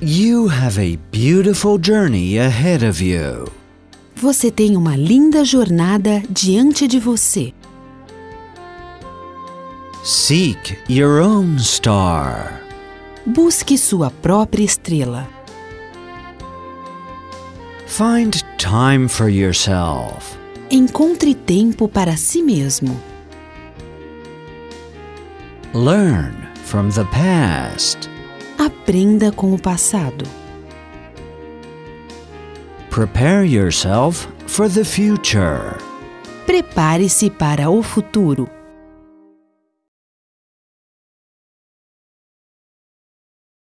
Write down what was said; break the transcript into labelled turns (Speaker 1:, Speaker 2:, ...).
Speaker 1: You have a beautiful journey ahead of you.
Speaker 2: Você tem uma linda jornada diante de você.
Speaker 1: Seek your own star.
Speaker 2: Busque sua própria estrela.
Speaker 1: Find time for yourself.
Speaker 2: Encontre tempo para si mesmo.
Speaker 1: Learn from the past.
Speaker 2: Aprenda com o passado.
Speaker 1: Prepare yourself for the future.
Speaker 2: Prepare-se para o futuro.